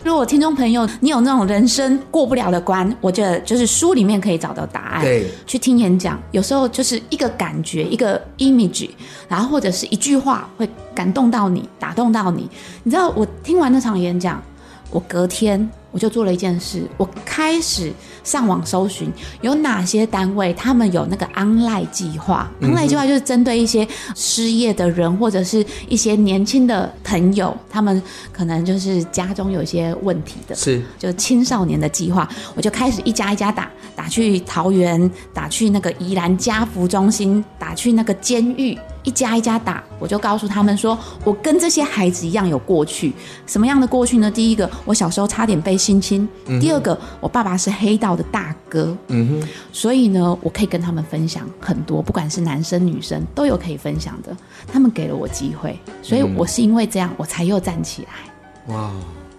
Speaker 3: 如果听众朋友你有那种人生过不了的关，我觉得就是书里面可以找到答案。
Speaker 2: 对，
Speaker 3: 去听演讲，有时候就是一个感觉，一个 image，然后或者是一句话会感动到你，打动到你。你知道，我听完那场演讲，我隔天我就做了一件事，我开始上网搜寻有哪些单位他们有那个 online 计划、o n l i n e 计划就是针对一些失业的人或者是一些年轻的朋友，他们可能就是家中有一些问题的，
Speaker 2: 是
Speaker 3: 就青少年的计划，我就开始一家一家打，打去桃园，打去那个宜兰家福中心，打去那个监狱，一家一家打。我就告诉他们说，我跟这些孩子一样有过去，什么样的过去呢？第一个，我小时候差点被性侵；第二个，我爸爸是黑道的大哥，嗯哼，所以呢，我可以跟他们分享很多，不管是男生女生都有可以分享的。他们给了我机会，所以我是因为这样，我才又站起来。
Speaker 2: 哇，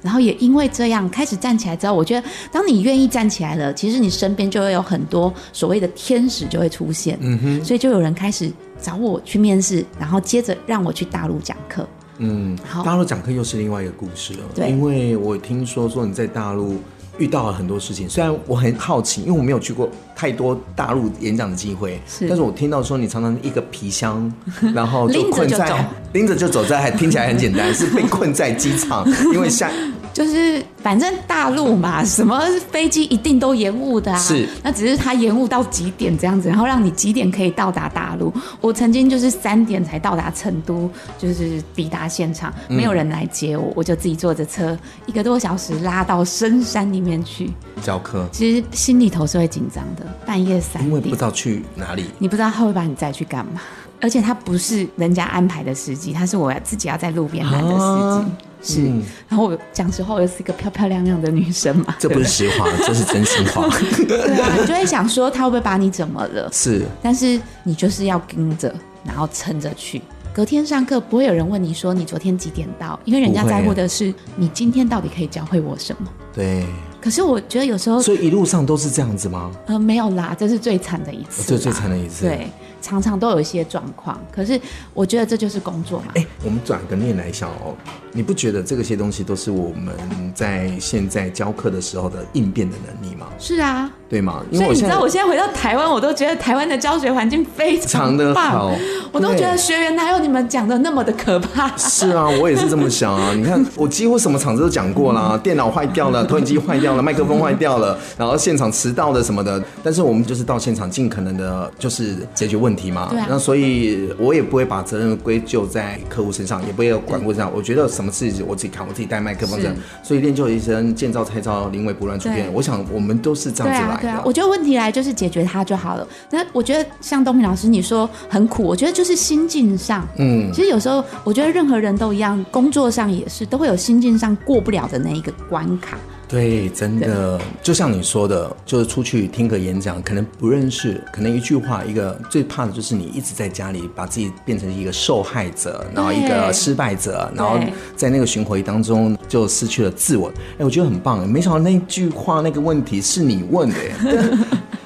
Speaker 3: 然后也因为这样开始站起来之后，我觉得当你愿意站起来了，其实你身边就会有很多所谓的天使就会出现。嗯哼，所以就有人开始找我去面试，然后接着让我去大陆讲课。
Speaker 2: 嗯，
Speaker 3: 好
Speaker 2: 大陆讲课又是另外一个故事了。
Speaker 3: 对
Speaker 2: 因为我听说说你在大陆遇到了很多事情，虽然我很好奇，因为我没有去过太多大陆演讲的机会，
Speaker 3: 是
Speaker 2: 但是我听到说你常常一个皮 箱，然后就
Speaker 3: 拎着
Speaker 2: 困
Speaker 3: 就
Speaker 2: 在
Speaker 3: 走
Speaker 2: 拎着就走在，还听起来很简单，是被困在机场，因为下
Speaker 3: 就是反正大陆嘛，什么飞机一定都延误的啊。
Speaker 2: 是
Speaker 3: 那只是它延误到几点这样子，然后让你几点可以到达大陆。我曾经就是三点才到达成都，就是抵达现场，没有人来接我，我就自己坐着车一个多小时拉到深山里面去。
Speaker 2: 教课，
Speaker 3: 其实心里头是会紧张的，半夜三
Speaker 2: 因为不
Speaker 3: 点
Speaker 2: 知，道去哪里。
Speaker 3: 你不知道他会把你载去干嘛，而且他不是人家安排的司机，他是我自己要在路边拦的司
Speaker 2: 啊
Speaker 3: 机。是，然后我讲实话，我又是一个漂漂亮亮的女生嘛，
Speaker 2: 这不是实话，这是真心 话。
Speaker 3: 对啊，你就会想说他会不会把你怎么了？
Speaker 2: 是，
Speaker 3: 但是你就是要跟着，然后撑着去。隔天上课不会有人问你说你昨天几点到，因为人家
Speaker 2: 不会啊
Speaker 3: 在乎的是你今天到底可以教会我什么。
Speaker 2: 对，
Speaker 3: 可是我觉得有时候
Speaker 2: 所以一路上都是这样子吗？
Speaker 3: 呃，没有啦，这是最惨的一次
Speaker 2: 哦
Speaker 3: 啦，
Speaker 2: 这是最惨的一次
Speaker 3: 对，常常都有一些状况，可是我觉得这就是工作嘛。
Speaker 2: 哎、我们转个念来想哦，你不觉得这些东西都是我们在现在教课的时候的应变的能力吗？
Speaker 3: 是啊，
Speaker 2: 对吗？因为
Speaker 3: 所以
Speaker 2: 我
Speaker 3: 你
Speaker 2: 现
Speaker 3: 知
Speaker 2: 在
Speaker 3: 道，我现在回到台湾，我都觉得台湾的教学环境非
Speaker 2: 常的好
Speaker 3: 棒，我都
Speaker 2: 对
Speaker 3: 觉得学员哪有你们讲的那么的可怕。
Speaker 2: 是啊，我也是这么想 啊。你看，我几乎什么场子都讲过啦，电脑坏掉了，投影机坏掉了，麦克风坏掉了，然后现场迟到的什么的。但是我们就是到现场尽可能的，就是解决问题嘛。
Speaker 3: 对啊
Speaker 2: 那所以我也不会把责任归咎在客户身上，也不会管顾身上。我觉得什么事情我自己扛，我自己带麦克风这样
Speaker 3: 是。
Speaker 2: 所以练就一身，见招拆招，临危不乱处变
Speaker 3: 对。
Speaker 2: 我想我们都是这样子来的。
Speaker 3: 对啊，对啊，我觉得问题来就是解决它就好了。那我觉得像东明老师你说很苦，我觉得就是心境上，嗯，其实有时候我觉得任何人都一样，工作上也是都会有心境上过不了的那一个关卡。
Speaker 2: 对，真的，就像你说的，就是出去听个演讲，可能不认识，可能一句话，一个最怕的就是你一直在家里把自己变成一个受害者，然后一个失败者，然后在那个巡回当中就失去了自我。哎，我觉得很棒，没想到那句话那个问题是你问的 耶，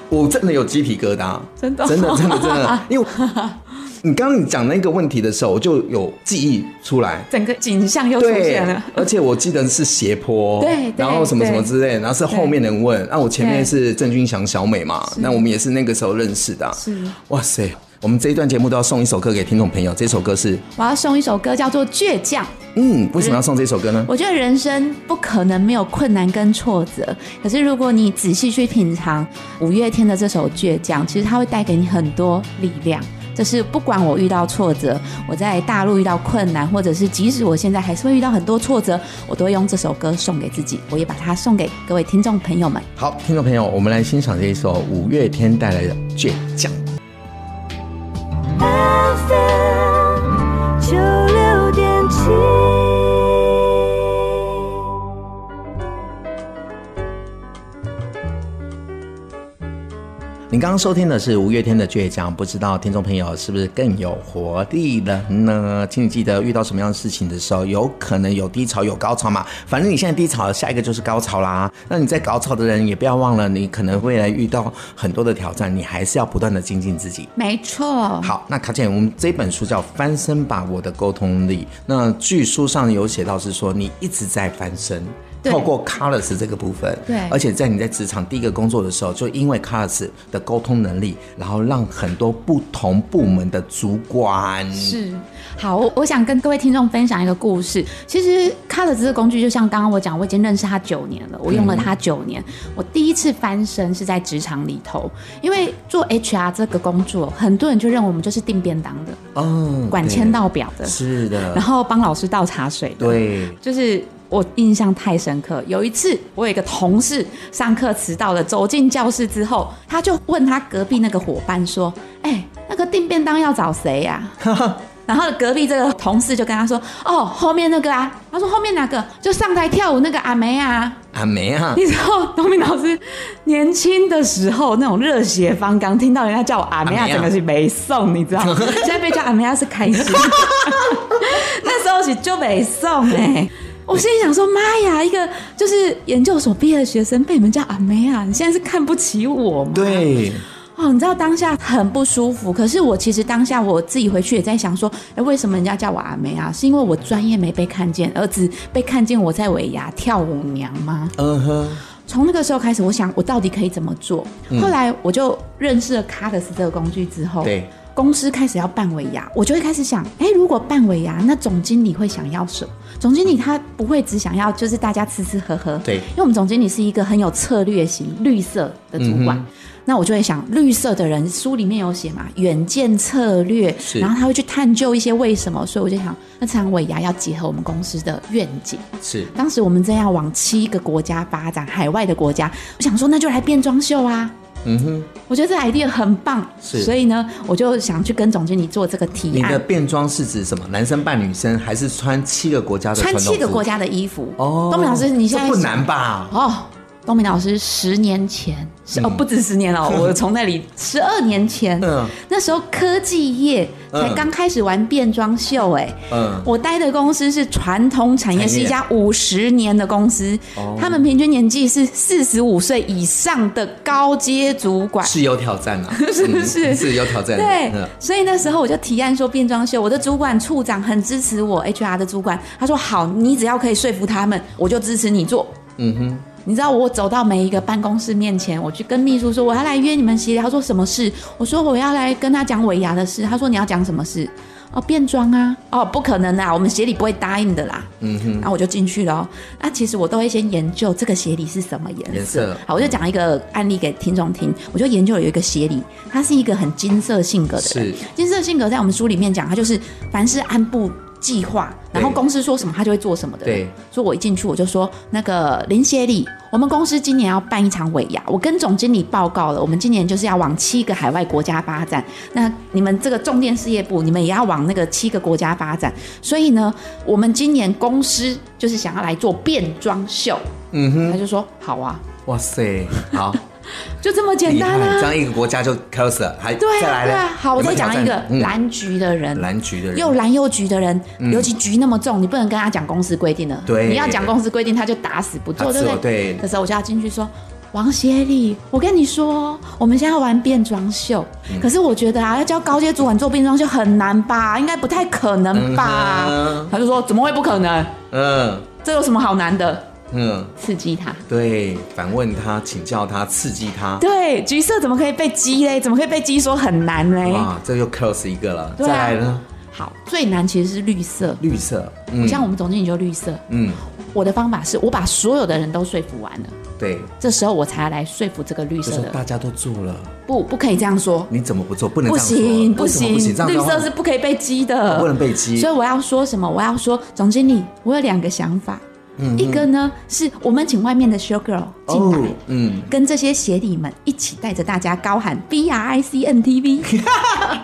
Speaker 2: 我真的有鸡皮疙瘩，
Speaker 3: 真的
Speaker 2: 真的，真的，真 的，因为你刚刚你讲那个问题的时候，我就有记忆出来，
Speaker 3: 整个景象又出
Speaker 2: 对
Speaker 3: 哦现了。，
Speaker 2: 而且我记得是斜坡，
Speaker 3: 对对
Speaker 2: 然后什么什么之类，然后是后面人问，那我前面
Speaker 3: 对
Speaker 2: 是郑君祥小美嘛，那我们也是那个时候认识的啊、
Speaker 3: 是
Speaker 2: 哇塞，我们这一段节目都要送一首歌给听众朋友，这首歌是，
Speaker 3: 我要送一首歌叫做《倔强》。
Speaker 2: 嗯，为什么要送这首歌呢？
Speaker 3: 我觉得人生不可能没有困难跟挫折，可是如果你仔细去品尝五月天的这首《倔强》，其实它会带给你很多力量。这是不管我遇到挫折，我在大陆遇到困难，或者是即使我现在还是会遇到很多挫折，我都会用这首歌送给自己，我也把它送给各位听众朋友们。
Speaker 2: 好，听众朋友，我们来欣赏这一首五月天带来的《倔强》。
Speaker 4: FM 九六点七。
Speaker 2: 你刚刚刚收听的是五月天的《倔强》，不知道听众朋友是不是更有活力了呢？请你记得遇到什么样的事情的时候，有可能有低潮有高潮嘛，反正你现在低潮，下一个就是高潮啦。那你在高潮的人也不要忘了，你可能未来遇到很多的挑战，你还是要不断的精进自己。
Speaker 3: 没错。
Speaker 2: 好，那卡姐，我们这本书叫《翻身吧，我的沟通力》。那据书上有写到是说，你一直在翻身。
Speaker 3: 对
Speaker 2: 透过 Colors 这个部分，
Speaker 3: 对
Speaker 2: 而且在你在职场第一个工作的时候，就因为 Colors 的沟通能力，然后让很多不同部门的主管
Speaker 3: 是，好，我我想跟各位听众分享一个故事。其实 Colors 这个工具，就像刚刚我讲，我已经认识它九年了，我用了它九年。我第一次翻身是在职场里头，因为做 HR 这个工作，很多人就认为我们就是订便当的、
Speaker 2: 嗯
Speaker 3: 管签到表的
Speaker 2: 对，是的
Speaker 3: 然，后帮老师倒茶水的，
Speaker 2: 对，
Speaker 3: 就是我印象太深刻。有一次，我有一个同事上课迟到了，走进教室之后，他就问他隔壁那个伙伴说：“哎、那个订便当要找谁呀、 然后隔壁这个同事就跟他说：“哦，后面那个啊。”他说：“后面哪个？就上台跳舞那个阿梅啊。”
Speaker 2: 阿梅啊，
Speaker 3: 你知道东明老师年轻的时候那种热血方刚，听到人家叫我阿梅
Speaker 2: 阿
Speaker 3: 亚，
Speaker 2: 梅亚啊
Speaker 3: 整个是没送，你知 道吗？现在被叫阿梅啊亚是开心 的，那时候是就没送哎。我心里想说，妈呀，一个就是研究所毕业的学生被你们叫阿梅亚，你现在是看不起我吗？
Speaker 2: 对，
Speaker 3: 哦，你知道当下很不舒服，可是我其实当下我自己回去也在想说，哎，为什么人家叫我阿梅啊？是因为我专业没被看见，而只被看见我在尾牙跳舞娘吗？
Speaker 2: 嗯哼，
Speaker 3: 从那个时候开始，我想我到底可以怎么做？
Speaker 2: 嗯
Speaker 3: 后来我就认识了 Cards 这个工具之后，
Speaker 2: 对，
Speaker 3: 公司开始要办尾牙，我就会开始想，哎、如果办尾牙，那总经理会想要什么？总经理他不会只想要就是大家吃吃喝喝，
Speaker 2: 对
Speaker 3: 因为我们总经理是一个很有策略型、绿色的主
Speaker 2: 嗯
Speaker 3: 管。那我就会想，绿色的人书里面有写嘛，远见策略，
Speaker 2: 是
Speaker 3: 然后他会去探究一些为什么，所以我就想，那这场尾牙要结合我们公司的愿景，
Speaker 2: 是
Speaker 3: 当时我们正要往七个国家发展，海外的国家，我想说那就来变装秀啊。
Speaker 2: 嗯哼，
Speaker 3: 我觉得这 idea 很棒，
Speaker 2: 是
Speaker 3: 所以呢，我就想去跟总经理做这个提
Speaker 2: 你的
Speaker 3: 案，
Speaker 2: 变装是指什么？男生扮女生，还是穿七个国家的传
Speaker 3: 穿
Speaker 2: 统服？
Speaker 3: 七个国家的衣服。
Speaker 2: 哦，
Speaker 3: 东明老师，你现在
Speaker 2: 这不难吧？
Speaker 3: 哦。东明老师十年前是、哦，不止十 年了，我从那里十二年前，
Speaker 2: 嗯
Speaker 3: 那时候科技业才刚开始玩变装秀、哎、
Speaker 2: 嗯
Speaker 3: 我待的公司是传统产业，
Speaker 2: 产业哦
Speaker 3: 是一家五十年的公司，他们平均年纪是四十五岁以上的高阶主管。
Speaker 2: 是有挑战啊，
Speaker 3: 是不是
Speaker 2: 嗯是有挑战的，
Speaker 3: 对
Speaker 2: 嗯，
Speaker 3: 所以那时候我就提案说变装秀，我的主管处长很支持我，HR 的主管他说好，你只要可以说服他们，我就支持你做。
Speaker 2: 嗯哼，
Speaker 3: 你知道我走到每一个办公室面前，我去跟秘书说我要来约你们协调，他说什么事？我说我要来跟他讲尾牙的事，他说你要讲什么事？哦，变装啊！哦，不可能啦，我们协理不会答应的啦。嗯哼，然后我就进去了哦。那其实我都会先研究这个协理是什么颜色。
Speaker 2: 颜色
Speaker 3: 好，我就讲一个案例给听众听。我就研究了有一个协理，他是一个很金色性格的人
Speaker 2: 是。
Speaker 3: 金色性格在我们书里面讲，他就是凡是按部计划，然后
Speaker 2: 对
Speaker 3: 公司说什么他就会做什么的。
Speaker 2: 对，
Speaker 3: 所以我一进去我就说，那个林协理，我们公司今年要办一场尾牙，我跟总经理报告了，我们今年就是要往七个海外国家发展。那你们这个重点事业部，你们也要往那个七个国家发展。所以呢，我们今年公司就是想要来做变装秀。
Speaker 2: 嗯哼，
Speaker 3: 他就说好啊，
Speaker 2: 哇塞，好
Speaker 3: 就这么简
Speaker 2: 厉
Speaker 3: 单
Speaker 2: 害！这
Speaker 3: 啊。
Speaker 2: 样一个国家就 close 了，还
Speaker 3: 对
Speaker 2: 再
Speaker 3: 啊，
Speaker 2: 来
Speaker 3: 对
Speaker 2: 了
Speaker 3: 啊，好，我
Speaker 2: 有没
Speaker 3: 再
Speaker 2: 有
Speaker 3: 讲一
Speaker 2: 挑
Speaker 3: 个
Speaker 2: 战嗯
Speaker 3: 蓝局的人，
Speaker 2: 蓝局的人，嗯
Speaker 3: 又蓝又橘的人，尤其橘那么重，你不能跟他讲公司规定的。
Speaker 2: 对
Speaker 3: 你要讲公司规定，他就打死不做，
Speaker 2: 打死
Speaker 3: 对不
Speaker 2: 我
Speaker 3: 对？
Speaker 2: 对
Speaker 3: 这时候我就要进去说。王协理，我跟你说，我们现在要玩变装秀，
Speaker 2: 嗯
Speaker 3: 可是我觉得啊，要教高阶主管做变装秀很难吧？应该不太可能吧？
Speaker 2: 嗯哼
Speaker 3: 他就说怎么会不可能？
Speaker 2: 嗯
Speaker 3: 这有什么好难的？
Speaker 2: 嗯，
Speaker 3: 刺激他。
Speaker 2: 对，反问他，请教他，刺激他，
Speaker 3: 对，橘色怎么可以被激嘞？怎么可以被激说很难嘞？
Speaker 2: 哇，这又 close 一个了，
Speaker 3: 对
Speaker 2: 再
Speaker 3: 啊
Speaker 2: 来呢，
Speaker 3: 好，最难其实是绿色，
Speaker 2: 绿色，嗯
Speaker 3: 像我们总经理就绿色。
Speaker 2: 嗯，
Speaker 3: 我的方法是我把所有的人都说服完了。
Speaker 2: 对，
Speaker 3: 这时候我才来说服这个绿
Speaker 2: 就
Speaker 3: 色
Speaker 2: 是
Speaker 3: 的，
Speaker 2: 大家都做了，
Speaker 3: 不不可以这样说，
Speaker 2: 你怎么不做？不能
Speaker 3: 不
Speaker 2: 这样说
Speaker 3: 行
Speaker 2: 为什么
Speaker 3: 行，
Speaker 2: 不行，这样
Speaker 3: 绿
Speaker 2: 的话
Speaker 3: 色是不可以被激的，
Speaker 2: 不能被激
Speaker 3: 所以我要说什么？我要说，总经理，我有两个想法，一个呢是我们请外面的 show girl 进来，
Speaker 2: 嗯，
Speaker 3: 跟这些协理们一起带着大家高喊 B R I C N T V，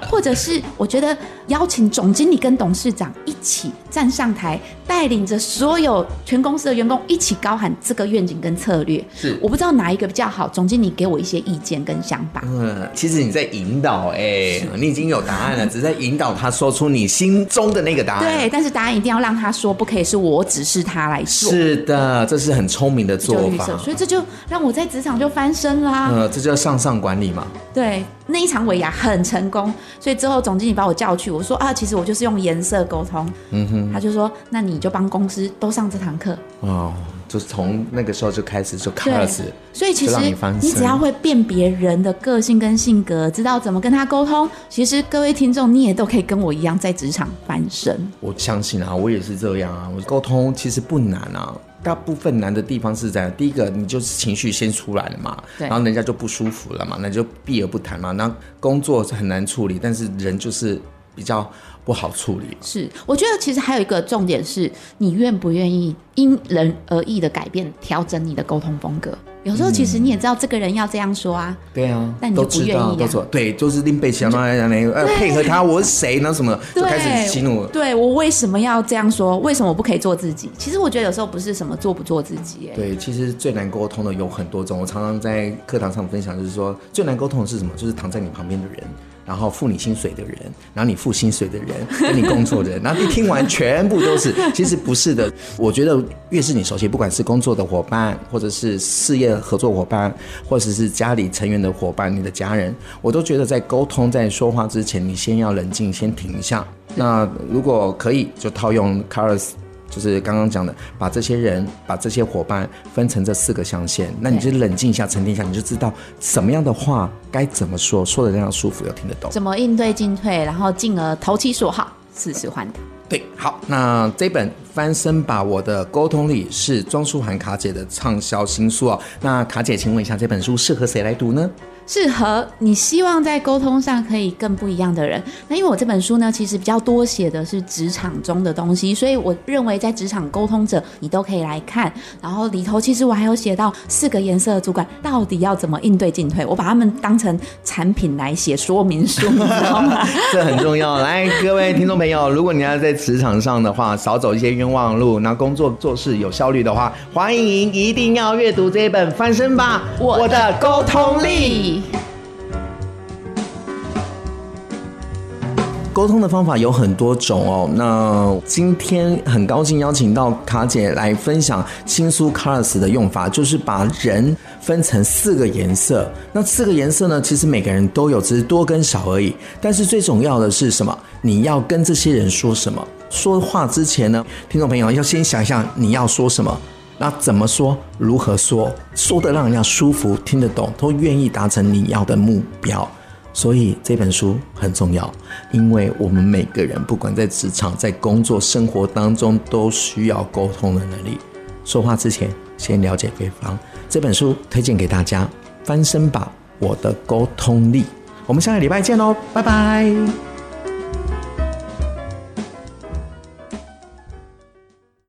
Speaker 3: 或 者是我觉得邀请总经理跟董事长一起站上台，带领着所有全公司的员工一起高喊这个愿景跟策略。
Speaker 2: 是
Speaker 3: 我不知道哪一个比较好，总经理给我一些意见跟想法。
Speaker 2: 嗯，其实你在引导，哎、你已经有答案了，只是在引导他说出你心中的那个答案。
Speaker 3: 对，但是答案一定要让他说，不可以是我指示他来做。
Speaker 2: 是的，这是很聪明的
Speaker 3: 就
Speaker 2: 做
Speaker 3: 预
Speaker 2: 法。
Speaker 3: 设，所以这就让我在职场就翻身啦。
Speaker 2: 呃，这叫向上管理嘛。
Speaker 3: 对，那一场尾牙很成功，所以之后总经理把我叫去，我说啊，其实我就是用颜色沟通。嗯哼，他就说，那你就帮公司都上这堂课。
Speaker 2: 哦，就是从那个时候就开始就
Speaker 3: 对
Speaker 2: 开始，
Speaker 3: 所以其
Speaker 2: 就
Speaker 3: 实
Speaker 2: 让你翻身
Speaker 3: 你只要会辨别人的个性跟性格，知道怎么跟他沟通，其实各位听众你也都可以跟我一样在职场翻身。
Speaker 2: 我相信啊，我也是这样啊。我沟通其实不难啊，大部分难的地方是在第一个，你就是情绪先出来了嘛，
Speaker 3: 对
Speaker 2: 然后人家就不舒服了嘛，那就避而不谈嘛。那工作是很难处理，但是人就是比较不好处理。
Speaker 3: 是，我觉得其实还有一个重点是，你愿不愿意因人而异的改变调整你的沟通风格。有时候其实你也知道这个人要这样说啊，
Speaker 2: 对啊，
Speaker 3: 但你就
Speaker 2: 都
Speaker 3: 不
Speaker 2: 知道，
Speaker 3: 愿意啊
Speaker 2: 都说对，就是拎背起来，那那呃配合他，我是谁呢？什么就
Speaker 3: 对，
Speaker 2: 开始激怒。
Speaker 3: 对我为什么要这样说？为什么我不可以做自己？其实我觉得有时候不是什么做不做自己、哎，
Speaker 2: 对，其实最难沟通的有很多种。我常常在课堂上分享，就是说最难沟通的是什么？就是躺在你旁边的人，然后付你薪水的人，然后你付薪水的人，跟你工作的人，然后你听完全部都是。其实不是的，我觉得越是你熟悉，不管是工作的伙伴，或者是事业合作伙伴，或者是家里成员的伙伴，你的家人，我都觉得在沟通、在说话之前，你先要冷静，先停一下。那如果可以，就套用 Carlos 就是刚刚讲的，把这些人、把这些伙伴分成这四个象限，那你就冷静一下、沉淀一下，你就知道什么样的话该怎么说，说的让人舒服又听得懂。
Speaker 3: 怎么应对进退，然后进而投其所好，是喜欢的。
Speaker 2: 对，好，那这本《翻身吧，我的沟通力》是庄舒涵卡姐的畅销新书哦。那卡姐，请问一下，这本书适合谁来读呢？
Speaker 3: 适合你希望在沟通上可以更不一样的人。那因为我这本书呢，其实比较多写的是职场中的东西，所以我认为在职场沟通者，你都可以来看。然后里头其实我还有写到四个颜色的主管到底要怎么应对进退，我把他们当成产品来写说明书，你知 道吗？
Speaker 2: 这很重要。来，各位听众朋友，如果你要在职场上的话，少走一些冤枉路，那工作做事有效率的话，欢迎一定要阅读这一本《翻身吧，我的沟通力》。沟通的方法有很多种哦。那今天很高兴邀请到卡姐来分享新书 Colors 的用法，就是把人分成四个颜色。那四个颜色呢，其实每个人都有，只是多跟少而已。但是最重要的是什么？你要跟这些人说什么？说话之前呢，听众朋友要先想一想你要说什么。那怎么说？如何说？说的让人家舒服、听得懂，都愿意达成你要的目标。所以这本书很重要，因为我们每个人不管在职场、在工作、生活当中，都需要沟通的能力。说话之前，先了解对方。这本书推荐给大哦家，《翻身吧，我的沟通力》。我们下个礼拜见喽，拜拜。